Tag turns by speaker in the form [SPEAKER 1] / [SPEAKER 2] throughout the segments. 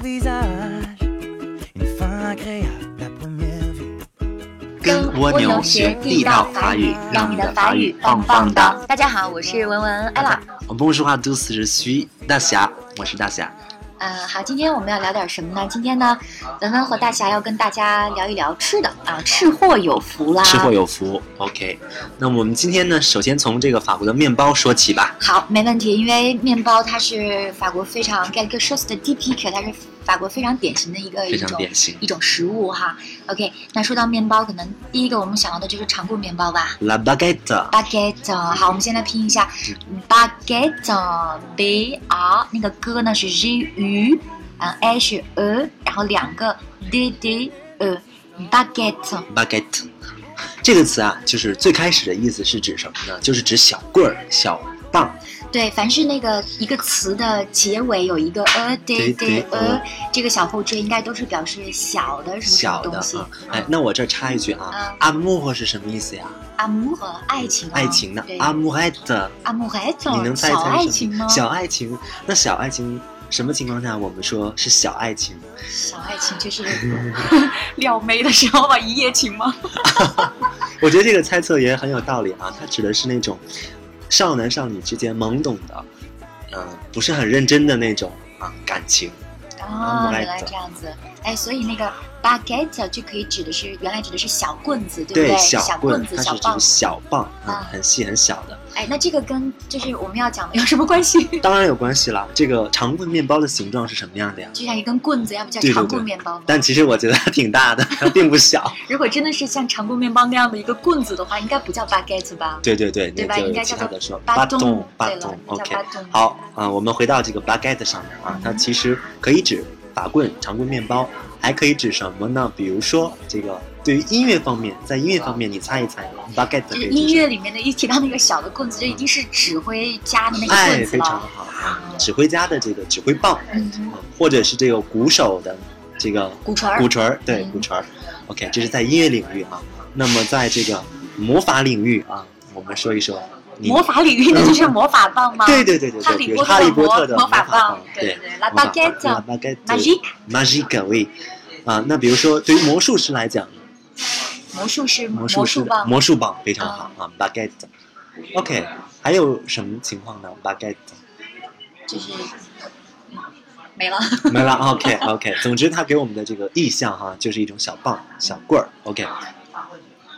[SPEAKER 1] visage, une fin agréable à première vue.
[SPEAKER 2] 跟蜗牛学地道法语，让你的法语棒棒的。
[SPEAKER 3] 大家好，我是文文 Ella。
[SPEAKER 2] Bonjour à tous, je suis 大侠，我是大侠。
[SPEAKER 3] 呃，好，今天我们要聊点什么呢？今天呢，文文和大侠要跟大家聊一聊吃的啊，吃货有福啦。
[SPEAKER 2] 吃货有福，OK。那我们今天呢，首先从这个法国的面包说起吧。
[SPEAKER 3] 好，没问题，因为面包它是法国非常 g a l g e c h o s 的 d p q 它是法国非常典型的一个
[SPEAKER 2] 非
[SPEAKER 3] 一
[SPEAKER 2] 常
[SPEAKER 3] 种
[SPEAKER 2] 典型
[SPEAKER 3] 一种食物哈。OK，那说到面包，可能第一个我们想到的就是长棍面包吧。
[SPEAKER 2] La baguette，
[SPEAKER 3] baguette，好，我们先来拼一下 baguette，b r 那个 g 呢是 j u，嗯 a 是 e，然后两个 d d e baguette，
[SPEAKER 2] baguette 这个词啊，就是最开始的意思是指什么呢？就是指小棍儿、小棒儿。
[SPEAKER 3] 对，凡是那个一个词的结尾有一个 e d d e，这个小后缀应该都是表示小的什
[SPEAKER 2] 小
[SPEAKER 3] 么什么
[SPEAKER 2] 的
[SPEAKER 3] 东西
[SPEAKER 2] 啊，。哎，那我这儿插一句啊
[SPEAKER 3] 啊，
[SPEAKER 2] 阿莫霍是什么意思呀？
[SPEAKER 3] amour 和爱情啊，
[SPEAKER 2] 爱情呢
[SPEAKER 3] 对
[SPEAKER 2] 阿莫 m o u r e
[SPEAKER 3] amourette，
[SPEAKER 2] 你能猜
[SPEAKER 3] 小
[SPEAKER 2] 猜
[SPEAKER 3] 爱
[SPEAKER 2] 什
[SPEAKER 3] 情
[SPEAKER 2] 么？
[SPEAKER 3] 吗？
[SPEAKER 2] 小爱情，那小爱情什么情况下我们说是小爱情？
[SPEAKER 3] 小爱情就是撩妹的时候吧，一夜情吗？
[SPEAKER 2] 我觉得这个猜测也很有道理啊，它指的是那种少男少女之间懵懂的，嗯、不是很认真的那种啊感情。
[SPEAKER 3] 哦，
[SPEAKER 2] Omelette
[SPEAKER 3] 原来这样子，哎，所以那
[SPEAKER 2] 嗯
[SPEAKER 3] 个 baguette 就可以指的是原来指的是小棍子，对不对？
[SPEAKER 2] 小
[SPEAKER 3] 小
[SPEAKER 2] 棍，
[SPEAKER 3] 子、
[SPEAKER 2] 它
[SPEAKER 3] 小
[SPEAKER 2] 是指
[SPEAKER 3] 棒子。
[SPEAKER 2] 小棒，嗯，
[SPEAKER 3] 啊
[SPEAKER 2] 很细很小的，
[SPEAKER 3] 哎，那这个跟就是我们要讲的有什么关系？
[SPEAKER 2] 当然有关系啦。这个长棍面包的形状是什么样的呀？
[SPEAKER 3] 就像一根棍子，要不叫
[SPEAKER 2] 对对
[SPEAKER 3] 长棍
[SPEAKER 2] 对
[SPEAKER 3] 面包嘛。
[SPEAKER 2] 但其实我觉得它挺大的，它并不小。
[SPEAKER 3] 如果真的是像长棍面包那样的一个棍子的话，应该不叫 baguette 吧？
[SPEAKER 2] 对对对，
[SPEAKER 3] 对吧
[SPEAKER 2] 那就
[SPEAKER 3] 应
[SPEAKER 2] 有
[SPEAKER 3] 该
[SPEAKER 2] 其
[SPEAKER 3] 叫
[SPEAKER 2] 他
[SPEAKER 3] 做
[SPEAKER 2] 的说，
[SPEAKER 3] 巴
[SPEAKER 2] 洞
[SPEAKER 3] 洞
[SPEAKER 2] 巴
[SPEAKER 3] 对了
[SPEAKER 2] 洞
[SPEAKER 3] 应该叫
[SPEAKER 2] ，OK，
[SPEAKER 3] 巴洞
[SPEAKER 2] 好啊、我们回到这个 baguette 上面啊，它
[SPEAKER 3] 嗯
[SPEAKER 2] 其实可以指法棍、长棍面包，还可以指什么呢？比如说这个，对于音乐方面，在音乐方面，你猜一猜 baguette 可
[SPEAKER 3] 就是
[SPEAKER 2] 以
[SPEAKER 3] 嗯音
[SPEAKER 2] 指什么？
[SPEAKER 3] 乐里面的一提到那个小的棍子，就一定是指挥家的那个
[SPEAKER 2] 哎，
[SPEAKER 3] 棍子
[SPEAKER 2] 非常
[SPEAKER 3] 了。
[SPEAKER 2] 好啊！指挥家的这个指挥棒，
[SPEAKER 3] 嗯
[SPEAKER 2] 嗯
[SPEAKER 3] 哼，
[SPEAKER 2] 或者是这个鼓手的这个
[SPEAKER 3] 鼓槌儿
[SPEAKER 2] 鼓槌儿，对，
[SPEAKER 3] 嗯
[SPEAKER 2] 鼓槌儿。OK，这是在音乐领域啊。那么在这个魔法领域啊，我们说一说你嗯
[SPEAKER 3] 魔法领域那就是魔法棒吗？
[SPEAKER 2] 对对对对
[SPEAKER 3] 哈
[SPEAKER 2] 对，
[SPEAKER 3] 利
[SPEAKER 2] 比如
[SPEAKER 3] 波特的
[SPEAKER 2] 哈利波
[SPEAKER 3] 魔
[SPEAKER 2] 特的
[SPEAKER 3] 魔法
[SPEAKER 2] 棒
[SPEAKER 3] 棒，对对对
[SPEAKER 2] 魔
[SPEAKER 3] ，La
[SPEAKER 2] 法棒
[SPEAKER 3] baguette
[SPEAKER 2] La baguette
[SPEAKER 3] Magique
[SPEAKER 2] magique，oui，啊，那比如说对于魔术师来讲，
[SPEAKER 3] 魔术师
[SPEAKER 2] 魔
[SPEAKER 3] 魔
[SPEAKER 2] 师
[SPEAKER 3] 术
[SPEAKER 2] 的
[SPEAKER 3] 棒。
[SPEAKER 2] 魔术棒非常好啊，baguette。OK，还有什么情况呢？baguette
[SPEAKER 3] 就是嗯没了。
[SPEAKER 2] 没了。OK OK，总之它给我们的这个意象哈，就是一种小棒、小棍儿。OK，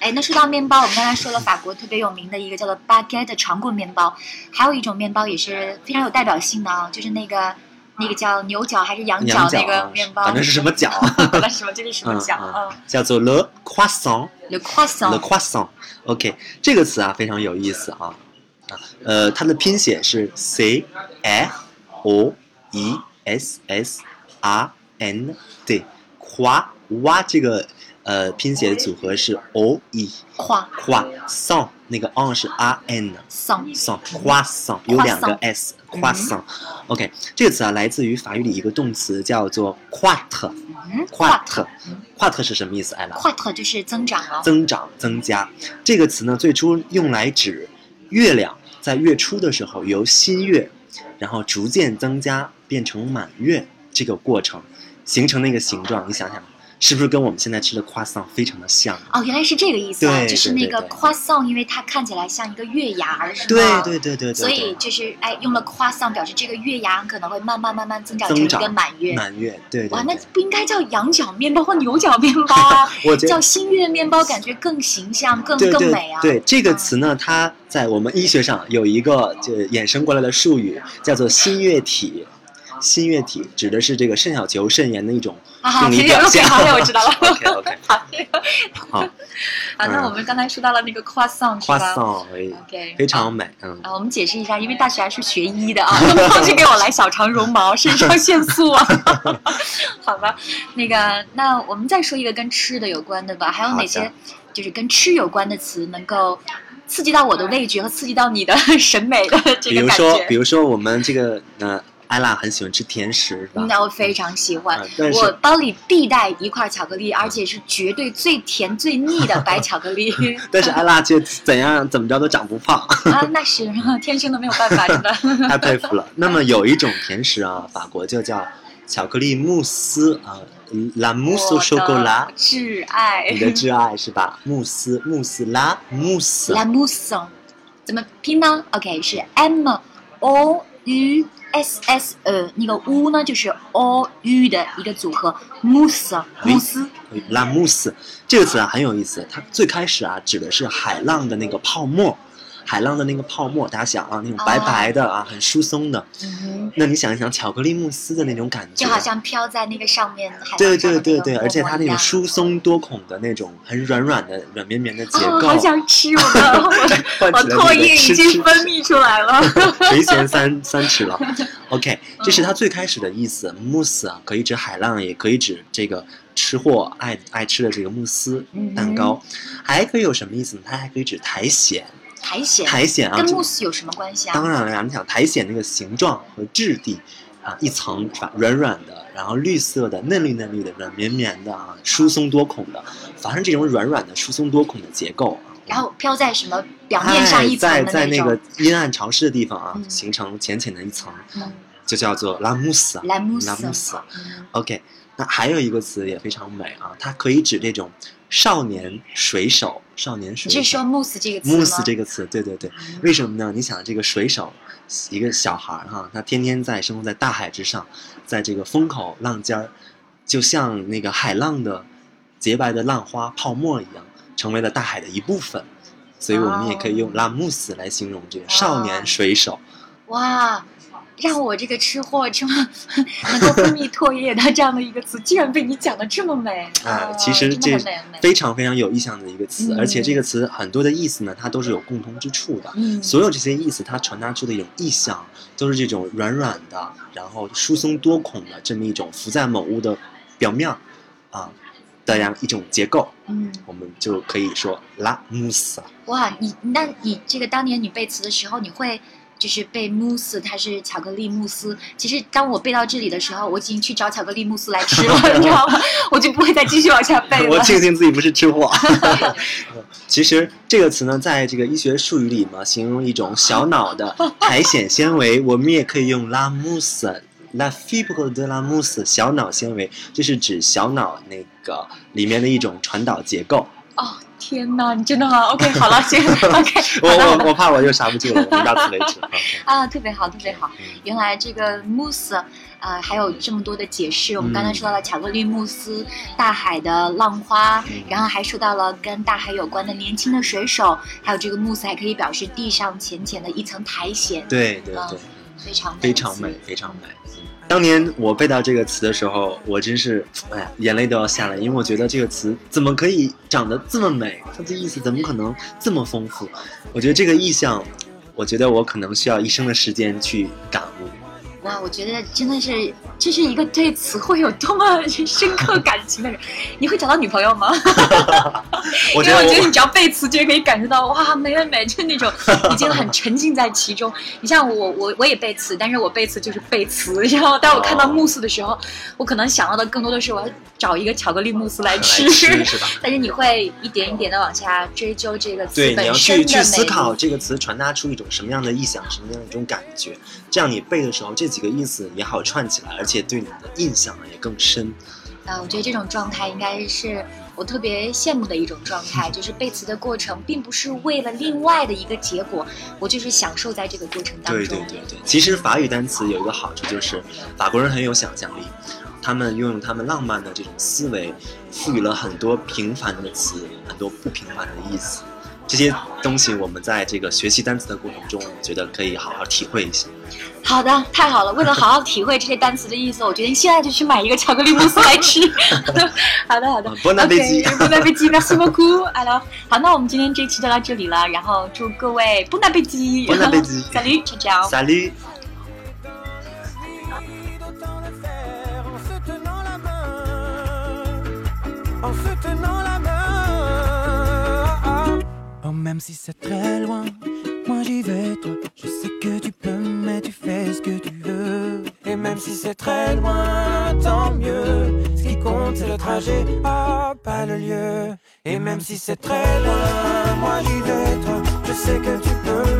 [SPEAKER 3] 哎，那说到面包，我们刚才说了法国特别有名的一个叫做 baguette 的长棍面包，还有一种面包也是非常有代表性的啊，就是那个那个叫牛角还是羊角
[SPEAKER 2] 羊角
[SPEAKER 3] 那个
[SPEAKER 2] 啊
[SPEAKER 3] 面包，
[SPEAKER 2] 反正 是什么角啊
[SPEAKER 3] 那什么就是什么角
[SPEAKER 2] 嗯
[SPEAKER 3] 啊
[SPEAKER 2] 叫做 le croissant。
[SPEAKER 3] ，le croissant，
[SPEAKER 2] Le croissant。OK，这个词啊非常有意思啊，啊，呃，它的拼写是 C F O E S S R N D。夸哇这个呃拼写组合是 O E
[SPEAKER 3] 夸
[SPEAKER 2] 夸 s o n 那个 on 是 R N。
[SPEAKER 3] 桑
[SPEAKER 2] croissant croissant 有两个 s croissant。OK，这个词啊来自于法语里一个动词叫做 quat
[SPEAKER 3] 嗯
[SPEAKER 2] quat quat 是什么意思？艾拉？
[SPEAKER 3] quat 就是增长啊了，
[SPEAKER 2] 增长、增加这个词呢，最初用来指月亮在月初的时候由新月，然后逐渐增加变成满月这个过程，形成那个形状。你想想，是不是跟我们现在吃的夸桑非常的像？
[SPEAKER 3] 哦，原来是这个意思啊，
[SPEAKER 2] 对
[SPEAKER 3] 就是
[SPEAKER 2] 对
[SPEAKER 3] 那
[SPEAKER 2] 对
[SPEAKER 3] 个
[SPEAKER 2] 对
[SPEAKER 3] croissant，因为它看起来像一个月牙儿，是吗？
[SPEAKER 2] 对对对对对，
[SPEAKER 3] 所以
[SPEAKER 2] 对
[SPEAKER 3] 就是哎，用了夸丧表示这个月牙可能会慢慢慢慢增长成
[SPEAKER 2] 增
[SPEAKER 3] 一
[SPEAKER 2] 长
[SPEAKER 3] 个满月。
[SPEAKER 2] 满月，对对
[SPEAKER 3] 哇，那
[SPEAKER 2] 对。
[SPEAKER 3] 不应该叫羊角面包或牛角面 包啊，
[SPEAKER 2] 我觉得
[SPEAKER 3] 叫新月面包感觉更形象、更
[SPEAKER 2] 对
[SPEAKER 3] 更
[SPEAKER 2] 对
[SPEAKER 3] 美啊。
[SPEAKER 2] 对，这个词呢，它在我们医学上有一个就衍生过来的术语，叫做新月体。新月体指的是这个肾小球肾炎的一种
[SPEAKER 3] 啊，
[SPEAKER 2] 病
[SPEAKER 3] 其
[SPEAKER 2] 理
[SPEAKER 3] 实
[SPEAKER 2] 表
[SPEAKER 3] 有个
[SPEAKER 2] 现。
[SPEAKER 3] 好 嘞，我知道了。
[SPEAKER 2] OK OK，
[SPEAKER 3] 好这个
[SPEAKER 2] 好，
[SPEAKER 3] 啊，那
[SPEAKER 2] 嗯
[SPEAKER 3] 我们刚才说到了那个夸丧是
[SPEAKER 2] 夸
[SPEAKER 3] 吧
[SPEAKER 2] 桑哎，
[SPEAKER 3] ？OK，
[SPEAKER 2] 非常美，嗯，
[SPEAKER 3] 啊，我们解释一下，因为大学还是学医的啊，不能光是给我来小肠绒毛、肾上腺素 啊。 好吧，那个，那我们再说一个跟吃的有关的吧，还有哪
[SPEAKER 2] 好
[SPEAKER 3] 些
[SPEAKER 2] 的
[SPEAKER 3] 就是跟吃有关的词能够刺激到我的味觉和刺激到你的 审美的这
[SPEAKER 2] 比
[SPEAKER 3] 个
[SPEAKER 2] 如
[SPEAKER 3] 感
[SPEAKER 2] 说，比
[SPEAKER 3] 觉？
[SPEAKER 2] 如说我们这个呃，艾拉很喜欢吃甜食，是吧？
[SPEAKER 3] 嗯那我非常喜欢
[SPEAKER 2] 啊，但
[SPEAKER 3] 我
[SPEAKER 2] 是
[SPEAKER 3] 包里必带一块巧克力，而且是绝对最甜最腻的白巧克 力
[SPEAKER 2] 但是艾拉却怎样怎么着都长不胖，
[SPEAKER 3] 啊，那是 天生的没有办法，真的。
[SPEAKER 2] 太佩服了。那么有一种甜食啊，法国就叫巧克力慕斯啊，la mousse au
[SPEAKER 3] 我
[SPEAKER 2] chocolat，
[SPEAKER 3] 的挚爱
[SPEAKER 2] 你的挚爱是吧？慕斯慕斯拉慕斯
[SPEAKER 3] La Mousse，怎么拼呢？OK，是 M O U S S E，那个 U 呢就是 O U 的一个组合，mousse
[SPEAKER 2] 哎
[SPEAKER 3] 慕斯。
[SPEAKER 2] 拉慕斯这个词啊很有意思，它最开始啊指的是海浪的那个泡沫，海浪的那个泡沫，大家想啊那种
[SPEAKER 3] 哦
[SPEAKER 2] 白白的啊很疏松的，
[SPEAKER 3] 嗯哼，
[SPEAKER 2] 那你想一想巧克力慕斯的那种感觉
[SPEAKER 3] 就，好像飘在那个上面，海浪
[SPEAKER 2] 对
[SPEAKER 3] 上
[SPEAKER 2] 对
[SPEAKER 3] 的
[SPEAKER 2] 对
[SPEAKER 3] 那个
[SPEAKER 2] 对，而且它那
[SPEAKER 3] 沫沫一
[SPEAKER 2] 种
[SPEAKER 3] 样
[SPEAKER 2] 疏松多孔的那种很软软的软绵绵的结
[SPEAKER 3] 啊，
[SPEAKER 2] 构，
[SPEAKER 3] 好想吃我 的，
[SPEAKER 2] 唤
[SPEAKER 3] 我我
[SPEAKER 2] 起了
[SPEAKER 3] 唾
[SPEAKER 2] 你的
[SPEAKER 3] 液已
[SPEAKER 2] 吃
[SPEAKER 3] 经
[SPEAKER 2] 吃
[SPEAKER 3] 分泌出 来了。
[SPEAKER 2] 垂涎三三尺了。OK，这
[SPEAKER 3] 嗯
[SPEAKER 2] 是它最开始的意思。慕斯啊，可以指海浪，也可以指这个吃货爱爱吃的这个慕斯
[SPEAKER 3] 嗯哼
[SPEAKER 2] 蛋糕，还可以有什么意思呢？它还可以指苔藓，
[SPEAKER 3] 苔藓
[SPEAKER 2] 苔藓啊
[SPEAKER 3] 跟，
[SPEAKER 2] 这
[SPEAKER 3] 慕斯有什么关系啊？
[SPEAKER 2] 当然了呀，你想苔藓那个形状和质地啊，一层是吧，软软的，然后绿色的，嫩绿嫩绿的，软绵绵的啊，疏松多孔的，反正这种软软的、疏松多孔的结构啊。
[SPEAKER 3] 然后飘在什么表面上一层
[SPEAKER 2] 哎
[SPEAKER 3] 的
[SPEAKER 2] 在在那
[SPEAKER 3] 种，
[SPEAKER 2] 个阴暗潮湿的地方啊，
[SPEAKER 3] 嗯
[SPEAKER 2] 形成浅浅的一层，
[SPEAKER 3] 嗯
[SPEAKER 2] 就叫做拉慕斯啊。
[SPEAKER 3] La Mousse
[SPEAKER 2] 拉慕斯啊
[SPEAKER 3] 嗯
[SPEAKER 2] ，OK。那还有一个词也非常美啊，它可以指这种少年水手、少年水
[SPEAKER 3] 你是
[SPEAKER 2] 手
[SPEAKER 3] 说。慕斯这个词吗？嗯
[SPEAKER 2] 慕斯这个词，对对对，为什么呢？你想这个水手，一个小孩儿、哈，他天天在生活在大海之上，在这个风口浪尖儿，就像那个海浪的洁白的浪花泡沫一样，成为了大海的一部分。所以我们也可以用
[SPEAKER 3] 哦
[SPEAKER 2] 拉慕斯来形容这个少年水手。
[SPEAKER 3] 哇，让我这个吃货这么 能够分泌唾液的这样的一个词，居然被你讲的这么美
[SPEAKER 2] 啊其实这
[SPEAKER 3] 真的很美很美。
[SPEAKER 2] 非常非常有意向的一个词，
[SPEAKER 3] 嗯
[SPEAKER 2] 而且这个词很多的意思呢，它都是有共通之处的。
[SPEAKER 3] 嗯，
[SPEAKER 2] 所有这些意思，它传达出的一种意象，都是这种软软的，然后疏松多孔的这么一种浮在某物的表面儿啊的样一种结构，
[SPEAKER 3] 嗯，
[SPEAKER 2] 我们就可以说拉姆斯。
[SPEAKER 3] 哇，你那你这个当年你背词的时候，你会就是背慕斯，它是巧克力慕斯。其实当我背到这里的时候，我已经去找巧克力慕斯来吃了， 你知道吗？我就不会再继续往下 背
[SPEAKER 2] 我
[SPEAKER 3] 了。
[SPEAKER 2] 庆幸自己不是吃货。 其实这个词呢，在这个医学术语里嘛，形容一种小脑的苔藓纤维，我们也可以用拉慕斯。La fibre de la mousse，小脑纤维，这是指小脑那个里面的一种传导结构。
[SPEAKER 3] 哦， 天哪，你真的吗？OK，好了，行，OK，
[SPEAKER 2] 我
[SPEAKER 3] 好的好
[SPEAKER 2] 我
[SPEAKER 3] 的
[SPEAKER 2] 我怕我又刹不住了，我们到此为止。OK
[SPEAKER 3] 啊，特别好，特别好。
[SPEAKER 2] 嗯
[SPEAKER 3] 原来这个慕斯，呃，还有这么多的解释。我们
[SPEAKER 2] 嗯
[SPEAKER 3] 刚才说到了巧克力慕斯、大海的浪花
[SPEAKER 2] 嗯，
[SPEAKER 3] 然后还说到了跟大海有关的年轻的水手，还有这个慕斯还可以表示地上浅浅的一层苔藓，
[SPEAKER 2] 对对对
[SPEAKER 3] 嗯，非常
[SPEAKER 2] 非常美，非常美。嗯当年我背到这个词的时候，我真是，哎呀，眼泪都要下来，因为我觉得这个词怎么可以长得这么美？它的意思怎么可能这么丰富？我觉得这个意象，我觉得我可能需要一生的时间去感悟。
[SPEAKER 3] 哇，我觉得真的是，这是一个对词汇有多么深刻感情的人。你会找到女朋友吗？
[SPEAKER 2] 我
[SPEAKER 3] 因
[SPEAKER 2] 觉
[SPEAKER 3] 为
[SPEAKER 2] 得
[SPEAKER 3] 我觉得
[SPEAKER 2] 我
[SPEAKER 3] 你只要背词，就可以感受到哇，美美美，就那种已经很沉浸在其中。你像我，我我也背词，但是我背词就是背词。然后当我看到慕斯的时候，我可能想到的更多的是我要找一个巧克力慕斯来
[SPEAKER 2] 来
[SPEAKER 3] 吃。
[SPEAKER 2] 吃是吧？
[SPEAKER 3] 但是你会一点一点的往下追究这个词
[SPEAKER 2] 对，你
[SPEAKER 3] 本
[SPEAKER 2] 要
[SPEAKER 3] 身的
[SPEAKER 2] 去
[SPEAKER 3] 美
[SPEAKER 2] 去思
[SPEAKER 3] 丽
[SPEAKER 2] 考这个词传达出一种什么样的意象，什么样的一种感觉，这样你背的时候，这几个意思也好串起来，而且对你的印象啊也更深。
[SPEAKER 3] 呃，我觉得这种状态应该是我特别羡慕的一种状态，就是背词的过程，并不是为了另外的一个结果，我就是享受在这个过程当
[SPEAKER 2] 对
[SPEAKER 3] 中。
[SPEAKER 2] 对对对，其实法语单词有一个好处就是，法国人很有想象力，他们拥有他们浪漫的这种思维，赋予了很多平凡的词，很多不平凡的意思。这些东西我们在这个学习单词的过程中，我觉得可以好好体会一 下。
[SPEAKER 3] 好的，太好了！为了好 好体会这些单词的意思，我决定现在就去买一个巧克力慕斯来 吃。好的，好的。
[SPEAKER 2] 波纳贝基
[SPEAKER 3] OK，，不纳贝基，merci beaucoup。好了，好，那我们今天这期就到这里了，然后祝各位不纳贝基，
[SPEAKER 2] Bon appétit
[SPEAKER 3] 小驴，就这样。
[SPEAKER 2] 萨绿。
[SPEAKER 1] appris d'autant le faire en se tenant la main. En se tenant la main. Oh, même si c'est très loin, moi j'y vais, toi. Je sais que tu peux, mais tu fais ce que tu veux. Et même si c'est très loin, tant mieux. Ce qui compte, c'est le trajet, ah, pas le lieu. Et même si c'est très loin, moi j'y vais, toi. Je sais que tu peux, Ah,